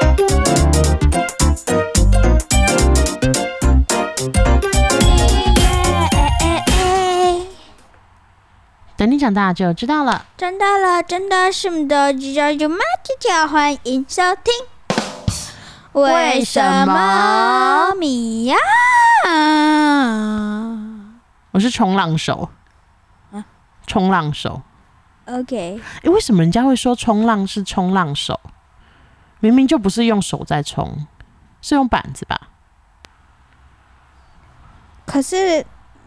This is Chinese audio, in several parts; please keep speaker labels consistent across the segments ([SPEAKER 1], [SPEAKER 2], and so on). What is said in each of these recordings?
[SPEAKER 1] 哎
[SPEAKER 2] 长大就知道了。
[SPEAKER 1] 长大了，真的是么的，吉家舅妈吉家，欢迎收听。
[SPEAKER 2] 为什么
[SPEAKER 1] 米娅？
[SPEAKER 2] 我是冲浪手，
[SPEAKER 1] 啊
[SPEAKER 2] 冲浪手。
[SPEAKER 1] OK，
[SPEAKER 2] 诶、为什么人家会说冲浪是冲浪手？明明就不是用手在冲，是用板子吧？
[SPEAKER 1] 可是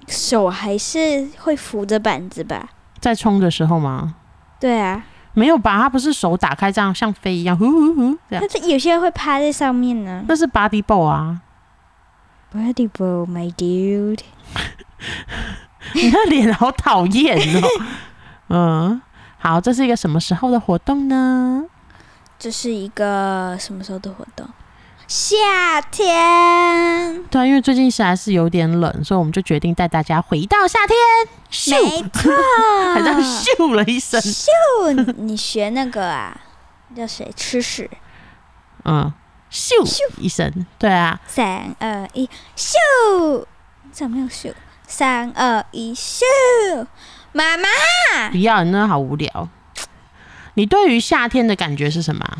[SPEAKER 1] 手还是会扶着板子吧？
[SPEAKER 2] 在冲的时候吗？
[SPEAKER 1] 对啊，
[SPEAKER 2] 没有吧？他不是手打开这样像飞一样，呼呼呼这样
[SPEAKER 1] 但，是有些会趴在上面呢。
[SPEAKER 2] 那是 body b o 啊。
[SPEAKER 1] Ready, bro, my dude。
[SPEAKER 2] 你的脸好讨厌哦。 嗯，好，这是一个什么时候的活动呢？
[SPEAKER 1] 这是一个什么时候的活动？夏天，
[SPEAKER 2] 对啊，因为最近实在是有点冷，所以我们就决定带大家回到夏天。咻，，
[SPEAKER 1] 没错 啊
[SPEAKER 2] 还这样咻了一声。
[SPEAKER 1] 咻，你学那个啊，叫谁？吃屎！
[SPEAKER 2] 嗯，咻一声。对啊，
[SPEAKER 1] 三二一，咻！怎么没有咻？三二一，咻！妈妈，
[SPEAKER 2] 不要，你真的好无聊。你对于夏天的感觉是什么啊？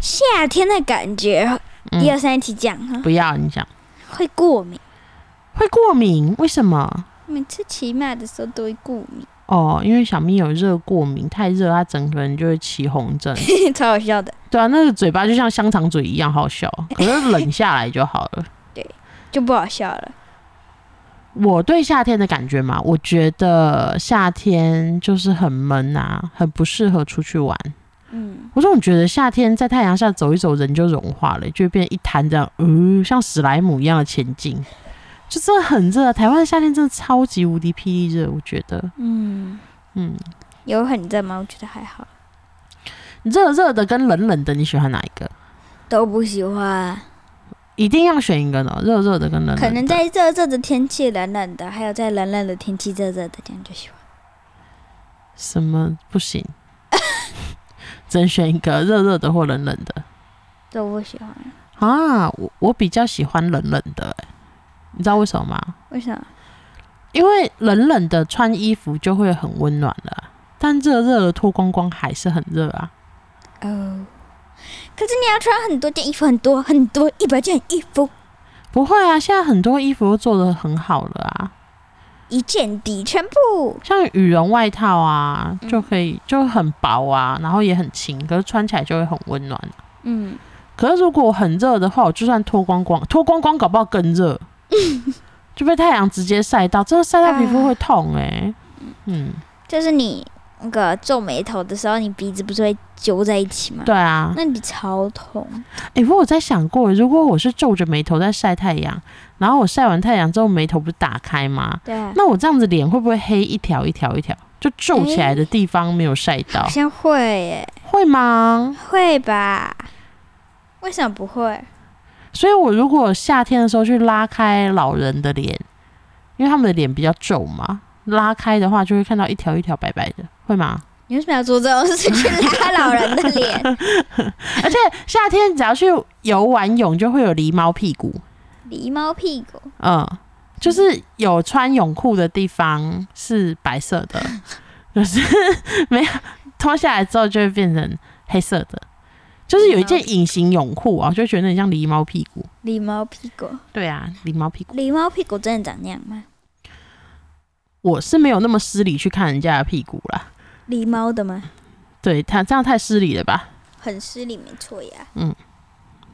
[SPEAKER 1] 夏天的感觉，
[SPEAKER 2] 嗯
[SPEAKER 1] 一二三，一起讲哈，
[SPEAKER 2] 不要，你讲
[SPEAKER 1] 会过敏，
[SPEAKER 2] 会过敏，为什么？
[SPEAKER 1] 每次骑马的时候都会过
[SPEAKER 2] 哦，因为小咪有热过敏，太热，它整个人就会起红疹。
[SPEAKER 1] 敏， 超好笑的，
[SPEAKER 2] 对啊，那个嘴巴就像香肠嘴一样好笑，可是冷下来就好了。
[SPEAKER 1] 就不好笑了。
[SPEAKER 2] 我对夏天的感觉嘛，我觉得夏天就是很闷啊，很不适合出去玩。
[SPEAKER 1] 嗯，
[SPEAKER 2] 我总觉得夏天在太阳下走一走，人就融化了，就会变一滩这样，呃，像史莱姆一样的前进，就真的很热。台湾的夏天真的超级无敌霹雳热，我觉得，
[SPEAKER 1] 嗯，
[SPEAKER 2] 嗯，
[SPEAKER 1] 有很热吗？我觉得还好，
[SPEAKER 2] 热热的跟冷冷的，你喜欢哪一个？
[SPEAKER 1] 都不喜欢。
[SPEAKER 2] 一定要选一个呢，热热的跟冷冷的。
[SPEAKER 1] 可能在热热的天气冷冷的，还有在冷冷的天气热热的，这样就喜欢。
[SPEAKER 2] 什么不行？ 只能选一个热热的或冷冷的
[SPEAKER 1] 都不喜欢，
[SPEAKER 2] 啊！我我比较喜欢冷冷的、欸，你知道为什么吗？
[SPEAKER 1] 为什么？
[SPEAKER 2] 因为冷冷的穿衣服就会很温暖了啊，但热热的脱光光还是很热啊。
[SPEAKER 1] 哦，可是你要穿很多件衣服，很多很多一百件衣服，
[SPEAKER 2] 不会啊，现在很多衣服都做的很好了啊，
[SPEAKER 1] 一件抵全部。
[SPEAKER 2] 像羽绒外套啊，就可以就很薄啊，然后也很轻，可是穿起来就会很温暖。
[SPEAKER 1] 嗯，
[SPEAKER 2] 可是如果我很热的话，我就算脱光光，脱光光搞不好更热，就被太阳直接晒到，真的晒到皮肤会痛哎、嗯，
[SPEAKER 1] 就是你那个皱眉头的时候，你鼻子不是会揪在一起吗？
[SPEAKER 2] 对啊。
[SPEAKER 1] 那你超痛。
[SPEAKER 2] 哎、不过我在想过，如果我是皱着眉头在晒太阳，然后我晒完太阳之后眉头不是打开吗？
[SPEAKER 1] 对啊，
[SPEAKER 2] 那我这样子脸会不会黑一条一条一条？就皱起来的地方没有晒到，
[SPEAKER 1] 好像会耶，
[SPEAKER 2] 会吗？
[SPEAKER 1] 会吧？为什么不会？
[SPEAKER 2] 所以我如果夏天的时候去拉开老人的脸，因为他们的脸比较皱嘛，拉开的话就会看到一条一条白白的，会吗？
[SPEAKER 1] 你为什么要做这种事去拉老人的脸？
[SPEAKER 2] 而且夏天只要去游完泳，就会有狸猫屁股，
[SPEAKER 1] 狸猫屁股。
[SPEAKER 2] 嗯，就是有穿泳裤的地方是白色 的，就是没有脱下来之后就会变成黑色的，就是有一件隐形泳裤啊，我就觉得很像狸猫屁股。
[SPEAKER 1] 狸猫屁股，
[SPEAKER 2] 对啊，狸猫屁股，
[SPEAKER 1] 狸猫屁股真的长那样吗？
[SPEAKER 2] 我是没有那么失礼去看人家的屁股啦。
[SPEAKER 1] 狸猫的吗？
[SPEAKER 2] 对他这样太失礼了吧？
[SPEAKER 1] 很失礼，没错呀。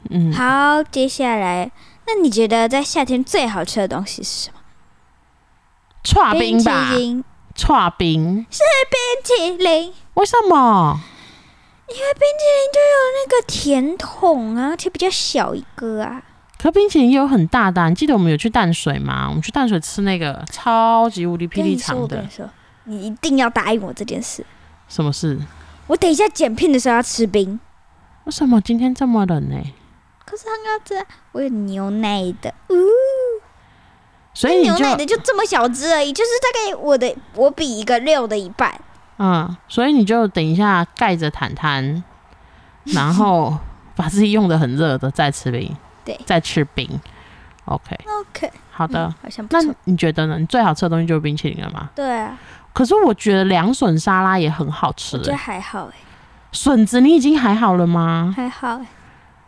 [SPEAKER 2] 嗯，
[SPEAKER 1] 好，接下来，那你觉得在夏天最好吃的东西是什么？
[SPEAKER 2] 串冰
[SPEAKER 1] 淇
[SPEAKER 2] 吧，
[SPEAKER 1] 淋，
[SPEAKER 2] 串冰，
[SPEAKER 1] 冰淇淋，
[SPEAKER 2] 为什么？
[SPEAKER 1] 因为冰淇淋就有那个甜筒啊，而且比较小一个啊。
[SPEAKER 2] 可冰淇淋也有很大的啊、你记得我们有去淡水吗？我们去淡水吃那个超级无敌霹
[SPEAKER 1] 跟
[SPEAKER 2] 雳
[SPEAKER 1] 你说，
[SPEAKER 2] 长
[SPEAKER 1] 我跟
[SPEAKER 2] 的
[SPEAKER 1] 你，说，你一定要答应我这件事。
[SPEAKER 2] 什么事？
[SPEAKER 1] 我等一下剪片的时候要吃冰，
[SPEAKER 2] 为什么今天这么冷呢、
[SPEAKER 1] 可是很好吃啊，我有牛奶的。
[SPEAKER 2] 所以你
[SPEAKER 1] 牛
[SPEAKER 2] 就
[SPEAKER 1] 奶的就这么小只而已，就是大概我的我比一个六的一半。
[SPEAKER 2] 嗯，所以你就等一下盖着毯 毯，然后把自己用的很热的再吃冰，
[SPEAKER 1] 对
[SPEAKER 2] 再吃冰。OK，
[SPEAKER 1] OK，嗯
[SPEAKER 2] 好的。
[SPEAKER 1] 好像不
[SPEAKER 2] 那
[SPEAKER 1] 错。
[SPEAKER 2] 你觉得呢？你最好吃的东西就是冰淇淋了吗？
[SPEAKER 1] 对啊，
[SPEAKER 2] 可是我觉得凉笋沙拉也很好吃
[SPEAKER 1] 我、觉得
[SPEAKER 2] 欸。
[SPEAKER 1] 还好哎、
[SPEAKER 2] 笋子你已经还好了吗？
[SPEAKER 1] 还好哎、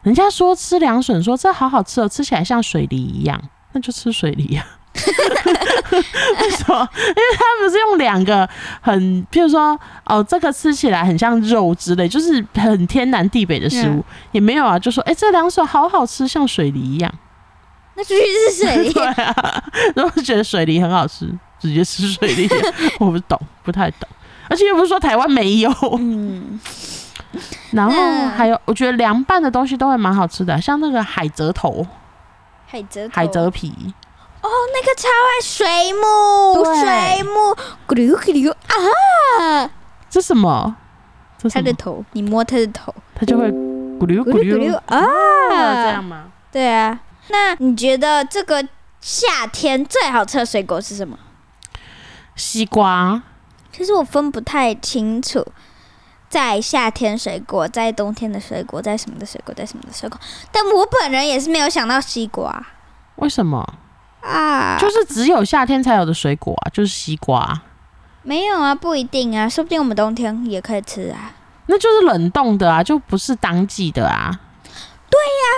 [SPEAKER 2] 人家说吃凉笋，说这好好吃哦，吃起来像水梨一样，那就吃水梨啊。为什么？因为他们是用两个很，譬如说，哦，这个吃起来很像肉之类，就是很天南地北的食
[SPEAKER 1] 嗯
[SPEAKER 2] 物，也没有啊，就说，哎、这凉笋好好吃，像水梨一样。
[SPEAKER 1] 那继续是水
[SPEAKER 2] 对
[SPEAKER 1] 梨，
[SPEAKER 2] 啊，然后觉得水梨很好吃，直接吃水 梨，我不懂，不太懂。而且又不是说台湾没有，
[SPEAKER 1] 嗯，
[SPEAKER 2] 然后
[SPEAKER 1] 那
[SPEAKER 2] 还有，我觉得凉拌的东西都会蛮好吃的，像那个海蜇头、
[SPEAKER 1] 海蜇头
[SPEAKER 2] 海蜇皮，
[SPEAKER 1] 哦，那个超爱水母，
[SPEAKER 2] 对
[SPEAKER 1] 水母咕噜咕噜啊！
[SPEAKER 2] 这什么？这
[SPEAKER 1] 它
[SPEAKER 2] 什
[SPEAKER 1] 的
[SPEAKER 2] 么？
[SPEAKER 1] 头，你摸它的头，
[SPEAKER 2] 它就会咕噜
[SPEAKER 1] 咕
[SPEAKER 2] 咕
[SPEAKER 1] 噜咕噜
[SPEAKER 2] 噜，啊这样
[SPEAKER 1] 啊！
[SPEAKER 2] 吗？
[SPEAKER 1] 对啊，那你觉得这个夏天最好吃的水果是什么？
[SPEAKER 2] 西瓜，
[SPEAKER 1] 其实我分不太清楚，在夏天水果，在冬天的水果，在什么的水果，在什么的水果。但我本人也是没有想到西瓜
[SPEAKER 2] 为什么？
[SPEAKER 1] 啊，
[SPEAKER 2] 就是只有夏天才有的水果啊，就是西瓜，
[SPEAKER 1] 没有啊，不一定啊，说不定我们冬天也可以吃啊。
[SPEAKER 2] 那就是冷冻的啊，就不是当季的啊。
[SPEAKER 1] 啊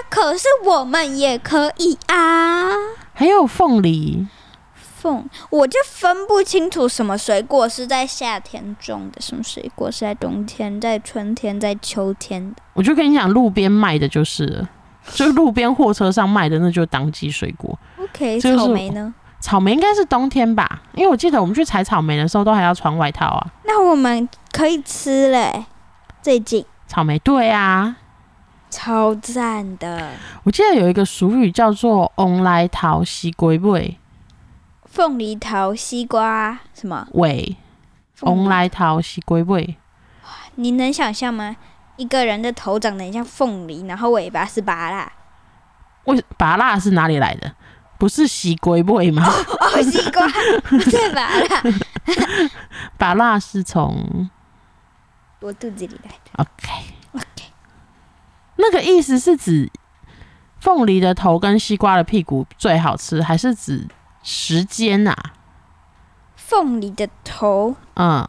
[SPEAKER 1] 可是我们也可以啊。
[SPEAKER 2] 还有凤梨，
[SPEAKER 1] 凤，我就分不清楚什么水果是在夏天种的，什么水果是在冬天、在春天、在秋天的。
[SPEAKER 2] 我就跟你讲，路边卖的就是了，就路边货车上卖的，那就是当季水果。
[SPEAKER 1] OK，
[SPEAKER 2] 这个是
[SPEAKER 1] 草莓呢？
[SPEAKER 2] 草莓应该是冬天吧，因为我记得我们去采草莓的时候都还要穿外套啊。
[SPEAKER 1] 那我们可以吃嘞，最近
[SPEAKER 2] 草莓，对啊，
[SPEAKER 1] 超赞的。
[SPEAKER 2] 我记得有一个俗语叫做“翁来桃西龟尾
[SPEAKER 1] 凤梨桃、西瓜什么？
[SPEAKER 2] 尾”，翁
[SPEAKER 1] 梨，
[SPEAKER 2] 来桃西龟尾，
[SPEAKER 1] 你能想象吗？一个人的头长得很像凤梨，然后尾巴是拔啦。
[SPEAKER 2] 为拔蜡是哪里来的？不是西龟尾吗？
[SPEAKER 1] 哦，西瓜 不是拔啦，
[SPEAKER 2] 拔蜡是从
[SPEAKER 1] 我肚子里来的。
[SPEAKER 2] OK OK，那个意思是指凤梨的头跟西瓜的屁股最好吃，还是指时间呐、
[SPEAKER 1] 凤梨的头，
[SPEAKER 2] 嗯，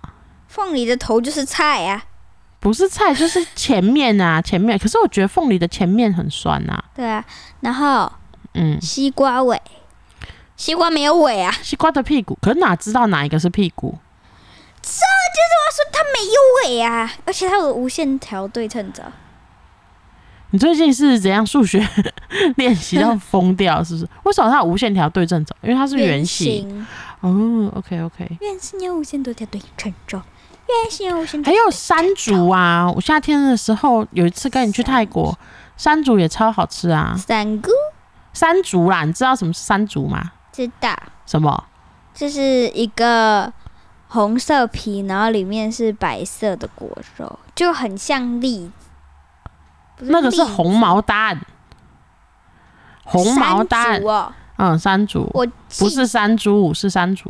[SPEAKER 1] 凤梨的头就是菜啊。
[SPEAKER 2] 不是菜就是前面啊， 前面。可是我觉得凤梨的前面很酸呐、
[SPEAKER 1] 对啊，然后
[SPEAKER 2] 嗯，
[SPEAKER 1] 西瓜尾，西瓜没有尾啊，
[SPEAKER 2] 西瓜的屁股，可是哪知道哪一个是屁股？
[SPEAKER 1] 尾啊，而且它有无限条对称轴。
[SPEAKER 2] 你最近是怎样数学 练习 到疯掉？是不是？为什么它有无限条对称轴？因为它是圆形。
[SPEAKER 1] 形，
[SPEAKER 2] 哦，OK OK。
[SPEAKER 1] 圆形有无限多条对称轴，圆形有无限多
[SPEAKER 2] 还
[SPEAKER 1] 条
[SPEAKER 2] 有山竹啊，我夏天的时候有一次跟你去泰国，山竹也超好吃啊。
[SPEAKER 1] 三姑
[SPEAKER 2] 山竹啦，你知道什么是山竹吗？
[SPEAKER 1] 知道，
[SPEAKER 2] 什么？
[SPEAKER 1] 这是一个红色皮，然后里面是白色的果肉，就很像栗子。不
[SPEAKER 2] 那个
[SPEAKER 1] 栗
[SPEAKER 2] 是
[SPEAKER 1] 子
[SPEAKER 2] 红毛丹，红毛
[SPEAKER 1] 山
[SPEAKER 2] 丹
[SPEAKER 1] 竹，哦，
[SPEAKER 2] 嗯，山竹，
[SPEAKER 1] 我
[SPEAKER 2] 不
[SPEAKER 1] 记
[SPEAKER 2] 是山猪，是 山竹。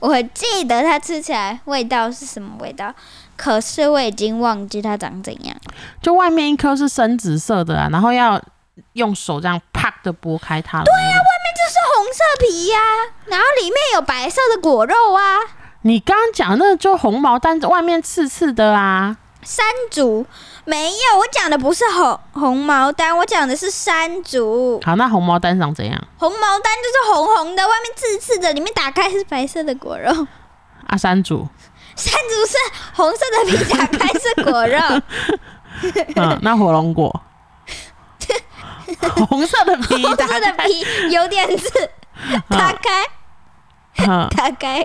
[SPEAKER 1] 我记得它吃起来味道是什么味道，可是我已经忘记它长怎样。
[SPEAKER 2] 就外面一颗是深紫色的啊，然后要用手这样啪的拨开它。
[SPEAKER 1] 啊
[SPEAKER 2] 对呀、
[SPEAKER 1] 红色皮呀、然后里面有白色的果肉啊，
[SPEAKER 2] 你刚刚讲的那就红毛丹，外面刺刺的啊。
[SPEAKER 1] 山竹没有，我讲的不是红红毛丹，我讲的是山竹。
[SPEAKER 2] 好，那红毛丹长怎样？
[SPEAKER 1] 红毛丹就是红红的，外面刺刺的，里面打开是白色的果肉。
[SPEAKER 2] 啊，山竹，
[SPEAKER 1] 山竹是红色的皮，打开是果肉。
[SPEAKER 2] 嗯，那火 龙果，红色的 皮
[SPEAKER 1] 红
[SPEAKER 2] 打
[SPEAKER 1] 色的
[SPEAKER 2] 开，
[SPEAKER 1] 皮有点 刺，打开
[SPEAKER 2] 嗯
[SPEAKER 1] 打开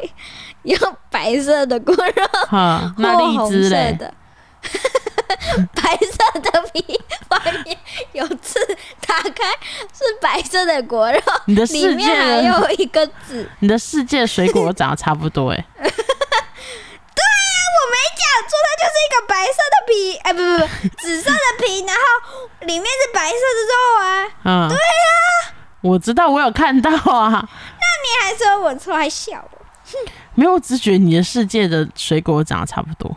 [SPEAKER 1] 有白色的果肉，
[SPEAKER 2] 嗯，那
[SPEAKER 1] 或
[SPEAKER 2] 荔
[SPEAKER 1] 红
[SPEAKER 2] 枝
[SPEAKER 1] 色
[SPEAKER 2] 嘞，
[SPEAKER 1] 的。 白色的皮 外面有刺，打开是白色的果肉，
[SPEAKER 2] 你的
[SPEAKER 1] 里
[SPEAKER 2] 世
[SPEAKER 1] 面还
[SPEAKER 2] 界，
[SPEAKER 1] 有一个字。
[SPEAKER 2] 你的世界水果都长得差不多哎、
[SPEAKER 1] 哎我没讲错，它就是一个白色的皮，哎，不不不， 紫色的皮，然后里面是白色的肉啊。
[SPEAKER 2] 嗯，对呀、我知道，我有看到啊。
[SPEAKER 1] 你哎还说我错，还笑我。
[SPEAKER 2] 没有，我只觉得你的世界的水果长得差不多。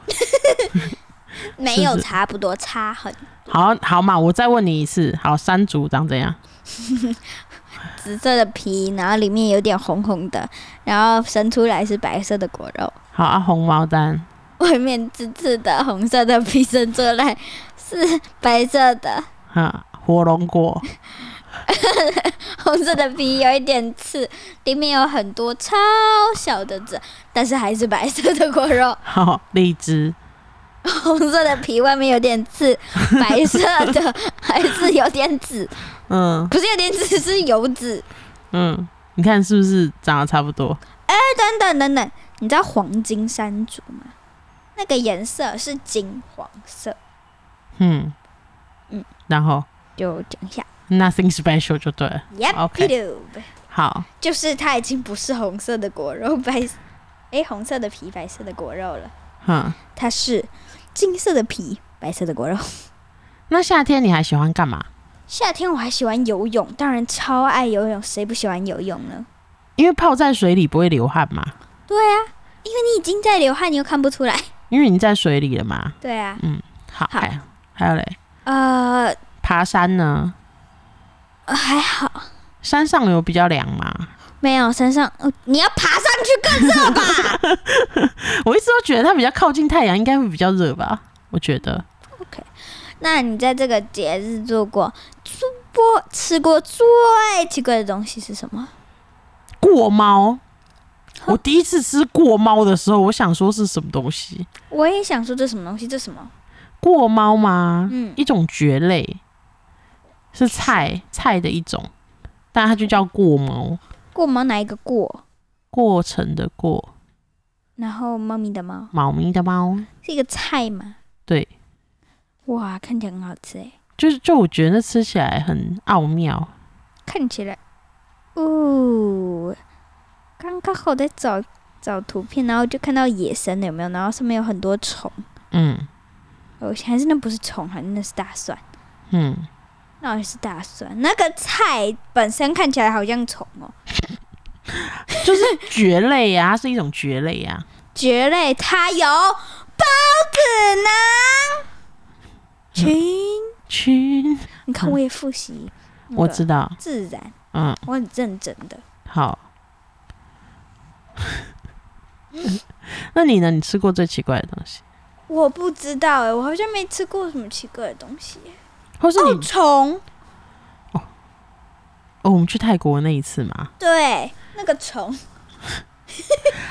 [SPEAKER 1] 没有差不多，差很
[SPEAKER 2] 好好嘛，我再问你一次。好，山竹长怎样？
[SPEAKER 1] 紫色的皮，然后里面有点红红的，然后生出来是白色的果肉，
[SPEAKER 2] 好啊，红毛丹，
[SPEAKER 1] 外面刺刺的红色的皮生出来是白色的，
[SPEAKER 2] 啊，火龙果，
[SPEAKER 1] 红色的皮有一点刺，里面有很多超小的籽，但是还是白色的果肉。
[SPEAKER 2] 好， 荔枝，
[SPEAKER 1] 红色的皮外面有点刺，白色的 还是有点紫，
[SPEAKER 2] 嗯
[SPEAKER 1] 不是有点紫是油脂。
[SPEAKER 2] 嗯，你看是不是长得差不多？
[SPEAKER 1] 等等等等，你知道黄金山竹吗？那个颜色是金黄色，
[SPEAKER 2] 嗯
[SPEAKER 1] 嗯
[SPEAKER 2] 然后
[SPEAKER 1] 就讲一下。
[SPEAKER 2] nothing special 就对了。
[SPEAKER 1] Yep,
[SPEAKER 2] OK
[SPEAKER 1] doob
[SPEAKER 2] 好，
[SPEAKER 1] 就是它已经不是红色的果肉，白诶，红色的皮，白色的果肉了，
[SPEAKER 2] 哼，
[SPEAKER 1] 它是金色的皮，白色的果肉。
[SPEAKER 2] 那夏天你还喜欢干嘛？
[SPEAKER 1] 夏天我还喜欢游泳，当然超爱游泳，谁不喜欢游泳呢？
[SPEAKER 2] 因为泡在水里不会流汗嘛，
[SPEAKER 1] 对啊，因为你已经在流汗，你又看不出来。
[SPEAKER 2] 因为你在水里了嘛。 嗯
[SPEAKER 1] 对啊，
[SPEAKER 2] 好，
[SPEAKER 1] 好
[SPEAKER 2] 还还有嘞，
[SPEAKER 1] 呃，
[SPEAKER 2] 爬山呢？
[SPEAKER 1] 还好
[SPEAKER 2] 山上有比较凉吗？
[SPEAKER 1] 没有山上，哦你要爬上去更热吧
[SPEAKER 2] 我一直都觉得它比较靠近太阳，应该会比较热吧？我觉得
[SPEAKER 1] ？OK，那你在这个节日做过最播吃过最奇怪的东西是什么？
[SPEAKER 2] 过猫，我第一次吃过猫的时候，我想说是什么东西？
[SPEAKER 1] 我也想说这什么东西，这什么？
[SPEAKER 2] 过猫吗？
[SPEAKER 1] 嗯，
[SPEAKER 2] 一种蕨类，是菜菜的一种，但它就叫过猫，
[SPEAKER 1] 过猫哪一个过？
[SPEAKER 2] 过程的过，
[SPEAKER 1] 然后猫咪的猫
[SPEAKER 2] 猫咪的猫，
[SPEAKER 1] 是一个菜吗？
[SPEAKER 2] 对，
[SPEAKER 1] 哇，看起来很好吃哎，
[SPEAKER 2] 就是就我觉得吃起来很奥妙，
[SPEAKER 1] 看起来，哦，刚刚好在找找图片，然后就看到野生的有没有？然后上面有很多虫。
[SPEAKER 2] 嗯
[SPEAKER 1] 哦，还是那不是虫，还是那是大蒜，
[SPEAKER 2] 嗯，
[SPEAKER 1] 那好像是大蒜。那个菜本身看起来好像虫哦，
[SPEAKER 2] 就是蕨类啊，它是一种蕨类啊，
[SPEAKER 1] 蕨类它有孢子囊
[SPEAKER 2] 嗯
[SPEAKER 1] 群。
[SPEAKER 2] 群，
[SPEAKER 1] 你看我也复习，
[SPEAKER 2] 嗯我知道，
[SPEAKER 1] 自然，
[SPEAKER 2] 嗯，
[SPEAKER 1] 我很认真的。
[SPEAKER 2] 好。 那你呢？你吃过最奇怪的东西，
[SPEAKER 1] 我不知道哎、我好像没吃过什么奇怪的东西、
[SPEAKER 2] 或是你
[SPEAKER 1] 哦，虫，
[SPEAKER 2] 哦我们去泰国那一次嘛，
[SPEAKER 1] 对，那个虫，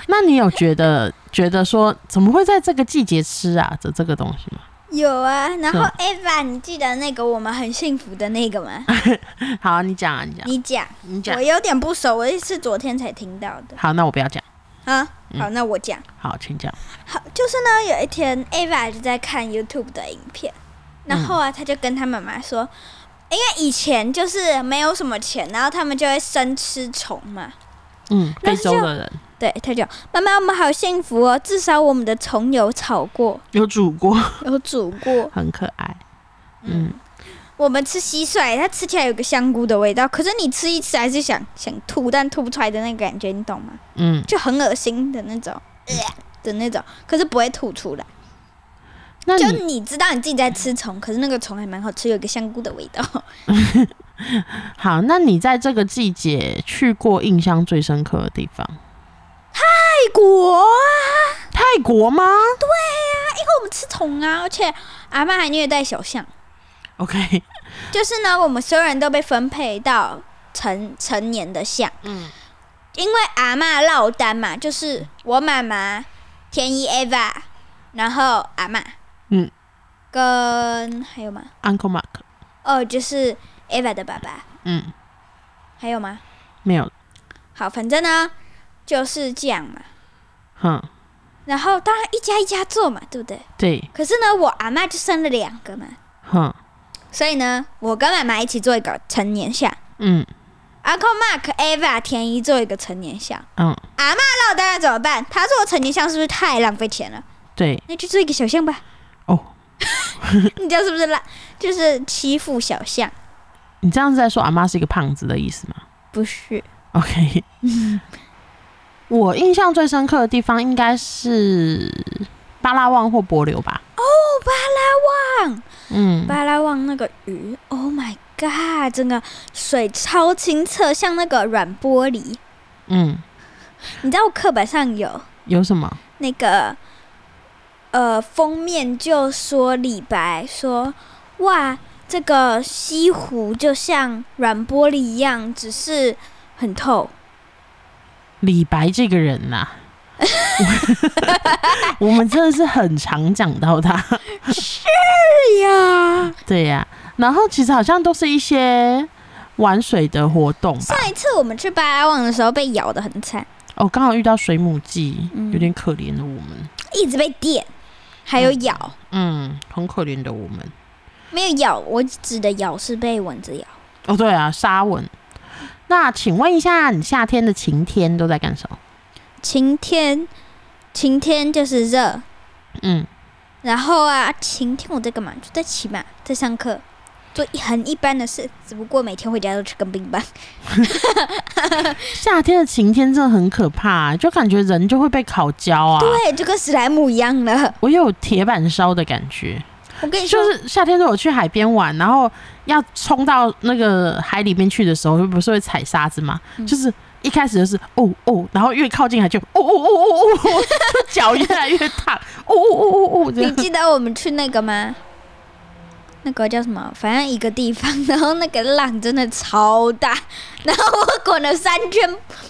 [SPEAKER 2] 那你有觉得觉得说怎么会在这个季节吃啊？这这个东西吗？
[SPEAKER 1] 有啊。然后
[SPEAKER 2] 是
[SPEAKER 1] Eva，你记得那个我们很幸福的那个吗？
[SPEAKER 2] 好、你讲啊，你讲，
[SPEAKER 1] 你讲，
[SPEAKER 2] 你
[SPEAKER 1] 我
[SPEAKER 2] 讲。
[SPEAKER 1] 有点不熟，我也是昨天才听到的
[SPEAKER 2] 好，那我不要讲。
[SPEAKER 1] 啊。好，那我讲。
[SPEAKER 2] 好，请讲。
[SPEAKER 1] 好，就是呢，有一天 Ava 就在看 YouTube 的影片，然后啊，她就跟她妈妈说，因为以前就是没有什么钱，然后他们就会生吃虫嘛。
[SPEAKER 2] 嗯，
[SPEAKER 1] 那
[SPEAKER 2] 非
[SPEAKER 1] 就
[SPEAKER 2] 洲的人
[SPEAKER 1] 对，她就妈妈，我们好幸福哦，至少我们的虫有炒过，
[SPEAKER 2] 有煮过，
[SPEAKER 1] 有煮过，
[SPEAKER 2] 很可爱。嗯，
[SPEAKER 1] 我们吃蟋蟀，它吃起来有个香菇的味道，可是你吃一吃还是想想吐，但吐不出来的那个感觉，你懂吗？
[SPEAKER 2] 嗯，
[SPEAKER 1] 就很恶心的那种。呃的那种，可是不会吐出来。
[SPEAKER 2] 那
[SPEAKER 1] 就
[SPEAKER 2] 你
[SPEAKER 1] 你知道你自己在吃虫，可是那个虫还蛮好吃，有一个香菇的味道。
[SPEAKER 2] 好，那你在这个季节去过印象最深刻的地方？
[SPEAKER 1] 泰国啊，
[SPEAKER 2] 泰国吗
[SPEAKER 1] 我们吃虫啊，而且阿妈还虐待小象。
[SPEAKER 2] ？OK，
[SPEAKER 1] 就是呢，我们所有人都被分配到成成年的象，
[SPEAKER 2] 嗯
[SPEAKER 1] 因为阿妈落单嘛，就是我妈妈、天一 Ava，然后阿妈，
[SPEAKER 2] 嗯，
[SPEAKER 1] 跟还有吗？
[SPEAKER 2] ，Uncle Mark，
[SPEAKER 1] 哦，就是 Ava 的爸爸，
[SPEAKER 2] 嗯，
[SPEAKER 1] 还有吗？
[SPEAKER 2] 没有，
[SPEAKER 1] 好，反正呢就是这样嘛。
[SPEAKER 2] 哼，
[SPEAKER 1] 然后当然一家一家做嘛，对不对？
[SPEAKER 2] 对，
[SPEAKER 1] 可是呢，我阿妈就生了两个嘛，
[SPEAKER 2] 哼，
[SPEAKER 1] 所以呢，我跟妈妈一起做一个成年像
[SPEAKER 2] 嗯
[SPEAKER 1] Uncle Mark、Ava、田一做一个成年像。
[SPEAKER 2] 嗯，
[SPEAKER 1] 那我当然怎么办？他做成年像是不是太浪费钱了？
[SPEAKER 2] 对，
[SPEAKER 1] 那就做一个小象吧。
[SPEAKER 2] 哦，
[SPEAKER 1] 你知道是不是浪？就是欺负小象，
[SPEAKER 2] 你这样是在说阿妈是一个胖子的意思吗？
[SPEAKER 1] 不是？
[SPEAKER 2] OK，我印象最深刻的地方应该是巴拉望或帛琉吧。
[SPEAKER 1] 哦，巴拉望，
[SPEAKER 2] 嗯，
[SPEAKER 1] 巴拉望那个鱼，Oh my god，整个水超清澈，像那个软玻璃。
[SPEAKER 2] 嗯，
[SPEAKER 1] 你知道我课本上有
[SPEAKER 2] 有什么？
[SPEAKER 1] 那个呃封面就说李白说哇，这个西湖就像软玻璃一样，只是很透。
[SPEAKER 2] 李白这个 人呐、我我们真的是很常讲到他。
[SPEAKER 1] 对呀，
[SPEAKER 2] 对呀、然后其实好像都是一些玩水的活动吧。
[SPEAKER 1] 上一次我们去巴拉望的时候被咬的很惨，
[SPEAKER 2] 哦，刚好遇到水母季
[SPEAKER 1] 嗯，
[SPEAKER 2] 有点可怜的我们，
[SPEAKER 1] 一直被电，还有咬。
[SPEAKER 2] 嗯，很可怜的我们。
[SPEAKER 1] 没有咬，我指的咬是被蚊子咬。
[SPEAKER 2] 哦，对啊，沙文。那请问一下，你夏天的晴天都在干什么？
[SPEAKER 1] 晴天，晴天就是热。
[SPEAKER 2] 嗯，
[SPEAKER 1] 然后啊，晴天我在干嘛？就在骑马，在上课，做一很一般的事，只不过每天回家都吃根冰棒。
[SPEAKER 2] 夏天的晴天真的很可怕、啊就感觉人就会被烤焦啊，
[SPEAKER 1] 对，就跟哎史莱姆一样了。
[SPEAKER 2] 我有铁板烧的感觉。
[SPEAKER 1] 我跟你说，
[SPEAKER 2] 就是夏天如果去海边玩，然后要冲到那个海里面去的时候，不是会踩沙子吗？
[SPEAKER 1] 嗯
[SPEAKER 2] 就是一开始就是哦哦，然后越靠近海就哦哦哦哦哦，哦就脚越来越烫，哦哦哦哦 哦，
[SPEAKER 1] 你
[SPEAKER 2] 这样
[SPEAKER 1] 记得我们去那个吗？那个叫什么？反正一个地方，然后那个浪真的超大， 然后我滚了三圈，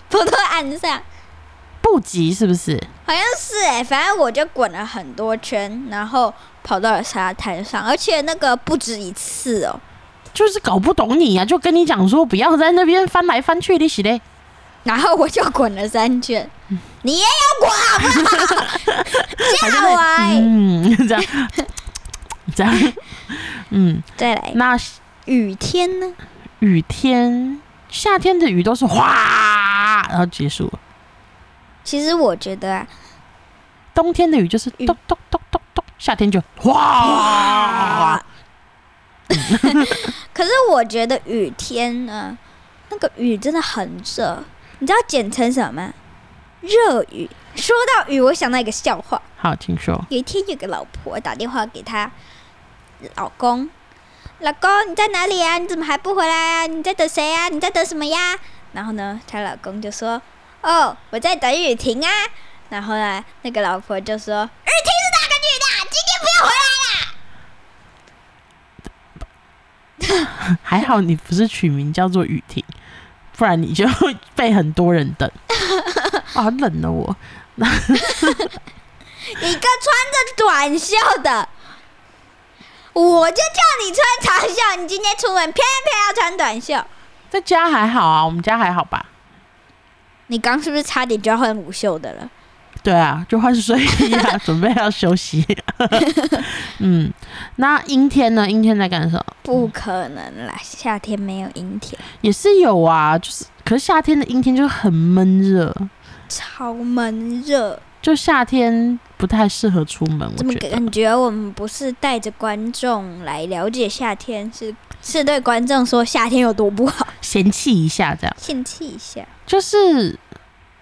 [SPEAKER 1] 跑到岸上。
[SPEAKER 2] 不急是不是？
[SPEAKER 1] 好像是哎、反正我就滚了很多圈，然后跑到了沙滩上，而且那个不止一次哦。
[SPEAKER 2] 就是搞不懂你啊呀、就跟你讲说不要在那边翻来翻去的，洗嘞。
[SPEAKER 1] 然后我就滚了三圈，你也要滚好不好？
[SPEAKER 2] 还在
[SPEAKER 1] 吓我
[SPEAKER 2] 那
[SPEAKER 1] 哎、
[SPEAKER 2] 里嗯，这样这样， 嗯，
[SPEAKER 1] 再来，
[SPEAKER 2] 那
[SPEAKER 1] 雨天呢？
[SPEAKER 2] 雨天，夏天的雨都是哗，然后结束了。
[SPEAKER 1] 其实我觉得啊，
[SPEAKER 2] 冬天的雨就是
[SPEAKER 1] 雨
[SPEAKER 2] 咚咚咚咚咚，夏天就哗。
[SPEAKER 1] 可是我觉得雨天呢，那个雨真的很热，你知道简称什么吗？热雨。说到雨，我想到一个笑话。
[SPEAKER 2] 好，请说。
[SPEAKER 1] 有一天有个老婆打电话给她老公，老公你在哪里啊？你怎么还不回来啊？你在等谁啊？你在等什么呀？然后呢，她老公就说：“哦，我在等雨婷啊。”然后呢，那个老婆就说：“雨婷是哪个女的？啊今天不要回来啦
[SPEAKER 2] 还好你不是取名叫做雨婷，不然你就被很多人 等。啊，好冷了我。！
[SPEAKER 1] 你个穿着短袖的，我就叫你穿长袖，你今天出门偏偏要穿短袖。
[SPEAKER 2] 在家还好啊，我们家还好吧？
[SPEAKER 1] 你刚是不是差点就要换无袖的了？
[SPEAKER 2] 对啊，就换睡衣 啊，准备要休息。嗯，那阴天呢？阴天在干什么？
[SPEAKER 1] 不可能啦，夏天没有阴天，
[SPEAKER 2] 也是有啊，就是可是夏天的阴天就很闷热，
[SPEAKER 1] 超闷热，
[SPEAKER 2] 就夏天不太适合出门。我
[SPEAKER 1] 怎么
[SPEAKER 2] 觉得，
[SPEAKER 1] 感觉我们不是带着观众来了解夏天，是是对观众说夏天有多不好，
[SPEAKER 2] 嫌弃一下这样，
[SPEAKER 1] 献气一下。
[SPEAKER 2] 就是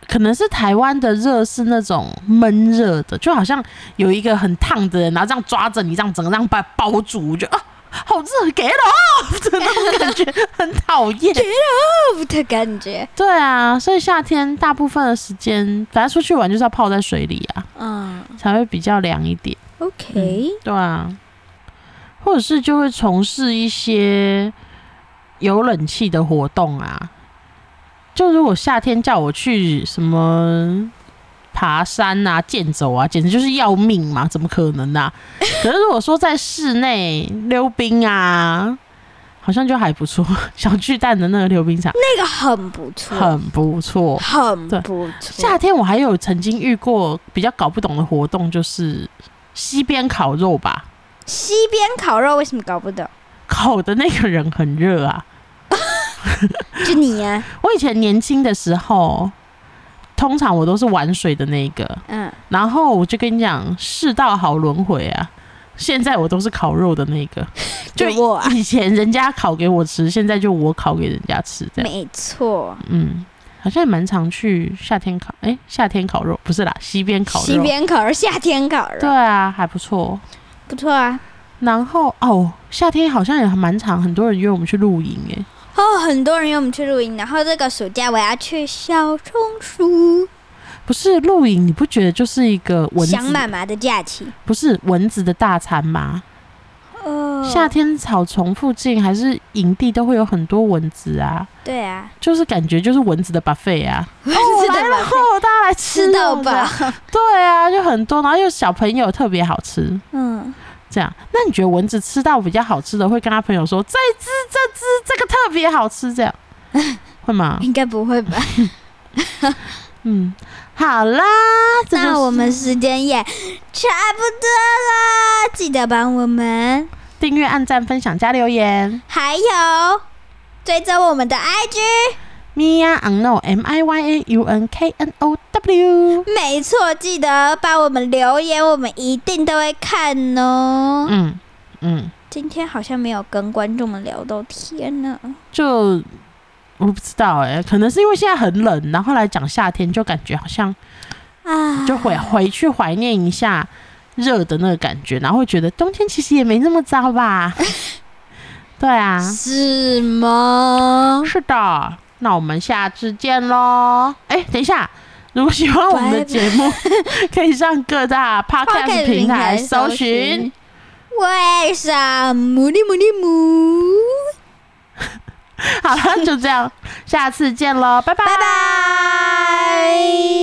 [SPEAKER 2] 可能是台湾的热是那种闷热的，就好像有一个很烫的人，然后这样抓着你，这样整个这样把包住，我就啊。好热，给了哦 的那种感觉很讨厌。
[SPEAKER 1] 哦的感觉，
[SPEAKER 2] 对啊，所以夏天大部分的时间，反正出去玩就是要泡在水里啊，
[SPEAKER 1] 嗯
[SPEAKER 2] 才会比较凉一点。
[SPEAKER 1] ，OK，
[SPEAKER 2] 对啊，或者是就会从事一些有冷气的活动啊。就如果夏天叫我去什么爬山啊、健走啊，简直就是要命嘛，怎么可能 啊？可是如果说在室内溜冰啊，好像就还不错。 小巨蛋的那个溜冰场
[SPEAKER 1] 那个很不错，
[SPEAKER 2] 很不错。
[SPEAKER 1] 很
[SPEAKER 2] 对
[SPEAKER 1] 不错
[SPEAKER 2] 夏。天我还有曾经遇过比较搞不懂的活动，就是西边烤肉吧。
[SPEAKER 1] 西边烤肉为什么搞不懂？
[SPEAKER 2] 烤的那个人很热啊。
[SPEAKER 1] 就你 呀、
[SPEAKER 2] 我以前年轻的时候，通常我都是玩水的那一个，
[SPEAKER 1] 嗯，
[SPEAKER 2] 然后我就跟你讲，世道好轮回啊。现在我都是烤肉的那个， 就
[SPEAKER 1] 给我啊
[SPEAKER 2] 以前人家烤给我吃，现在就我烤给人家吃，这样。
[SPEAKER 1] 没错，
[SPEAKER 2] 嗯，好像也蛮常去夏天烤，哎、夏天烤肉不是啦，西边烤肉。
[SPEAKER 1] 西边烤肉，夏天烤
[SPEAKER 2] 对
[SPEAKER 1] 肉，
[SPEAKER 2] 啊，还不错。
[SPEAKER 1] 不错啊。
[SPEAKER 2] 然后哦，夏天好像也蛮长，很多人约我们去露营诶。
[SPEAKER 1] 哦，很多人约我们去露营，然后这个暑假我要去小松鼠
[SPEAKER 2] 不是露营，你不觉得就是一个蚊
[SPEAKER 1] 想
[SPEAKER 2] 子？
[SPEAKER 1] 妈妈的假期。
[SPEAKER 2] 不是蚊子的大餐吗？
[SPEAKER 1] 哦，
[SPEAKER 2] 夏天草丛附近还是营地都会有很多蚊子啊，
[SPEAKER 1] 对 啊，
[SPEAKER 2] 就是感觉就是蚊子的 buffet 啊。
[SPEAKER 1] 是
[SPEAKER 2] 哦，来
[SPEAKER 1] 的
[SPEAKER 2] 了
[SPEAKER 1] 吧？
[SPEAKER 2] 后大家来吃哦
[SPEAKER 1] 吃到
[SPEAKER 2] 肉这
[SPEAKER 1] 饱
[SPEAKER 2] 样。，对啊，就很多，然后又小朋友特别好吃。
[SPEAKER 1] 嗯，
[SPEAKER 2] 这样，那你觉得蚊子吃到比较好吃的，会跟他朋友说这一只、这只、这个特别好 吃，这样会吗？
[SPEAKER 1] 应该不会吧？
[SPEAKER 2] 嗯，好啦， 这就是
[SPEAKER 1] 那我们时间也差不多了，记得帮我们，
[SPEAKER 2] 订阅、按赞、分享、加留言。
[SPEAKER 1] 还有追踪我们的 IG。
[SPEAKER 2] Mia Unknow M I Y A U N K N O W。
[SPEAKER 1] 没错，记得帮我们留言，我们一定都会看哦。
[SPEAKER 2] 嗯嗯，
[SPEAKER 1] 今天好像没有跟观众们聊到天呢。
[SPEAKER 2] 就嗯我不知道哎、可能是因为现在很冷，然后来讲夏天，就感觉好像
[SPEAKER 1] 啊，
[SPEAKER 2] 就会回去怀念一下热的那个感觉，然后会觉得冬天其实也没那么糟 吧。对啊，
[SPEAKER 1] 是吗？
[SPEAKER 2] 是的，那我们下次见喽。哎、等一下，如果喜欢我们的节目， 可以上各大 podcast 平台搜寻。。
[SPEAKER 1] 为什么你母你母？
[SPEAKER 2] 好了，就这样，下次见喽，拜拜
[SPEAKER 1] 拜拜。